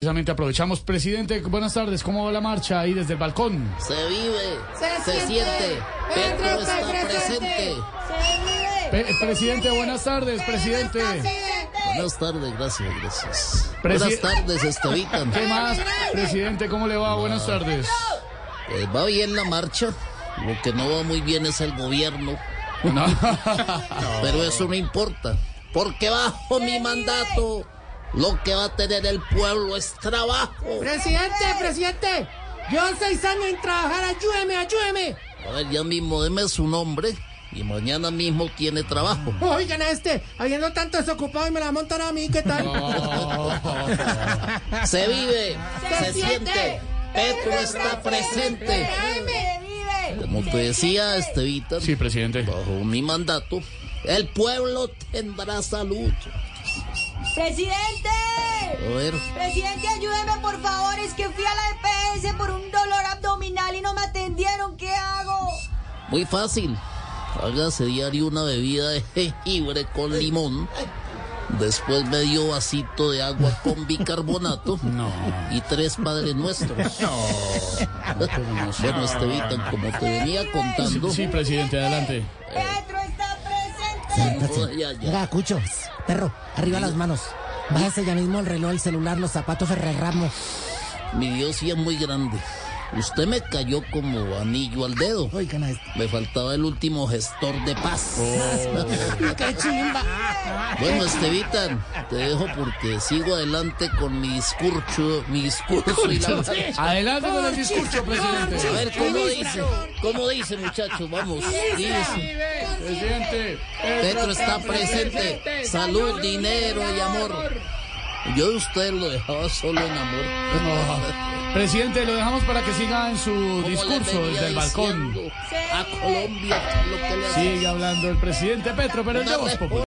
Precisamente aprovechamos, presidente, buenas tardes, ¿cómo va la marcha ahí desde el balcón? Se vive, Se se, siente. siente, Petro Petro está está presente. presente. Pe- presidente, buenas tardes, presidente. Buenas tardes, gracias, gracias. Presi- Buenas tardes, Estevita. ¿Qué más? Presidente, ¿cómo le va? Buenas tardes. Eh, va bien la marcha, lo que no va muy bien es el gobierno, No. pero eso no importa, porque bajo mi mandato lo que va a tener el pueblo es trabajo. Presidente, presidente, yo seis años en trabajar, ayúdeme, ayúdeme. A ver, ya mismo deme su nombre y mañana mismo tiene trabajo. Oigan a este, habiendo tanto desocupado y me la montan a mí, ¿qué tal? Se vive, se, siente, Petro está presente. Como te decía, Estevita. Sí, presidente. Bajo mi mandato, el pueblo tendrá salud. este- ¡Presidente! A ver, Presidente, ayúdeme por favor, es que fui a la EPS por un dolor abdominal y no me atendieron, ¿qué hago? muy fácil. Hágase diario una bebida de jengibre con limón. Después medio vasito de agua con bicarbonato. Y tres padres nuestros. bueno, Estevita, como te venía contando. Sí, presidente, adelante. Eh. Petro está presente. Oh, ya, ya. Venga, Cucho, perro, arriba las manos. Bájese ya mismo el reloj, el celular, los zapatos, Ferrer Ramos. Mi Dios sí es muy grande. Usted me cayó como anillo al dedo. Oigan a este. Me faltaba el último gestor de paz. Oh. ¡Qué chimba! Bueno, Estevita, te dejo porque sigo adelante con mi discurso, mi discurso y la A Adelante con el discurso, presidente. ver cómo dice, cómo dice, muchachos, vamos. Dice, Presidente. Petro está presente, salud, dinero y amor. Yo de usted lo dejaba solo en amor. Presidente, lo dejamos para que siga en su Como le discurso venía desde el balcón. diciendo A Colombia lo que le hace. Sigue hablando el presidente Petro, pero el de Voz Populi.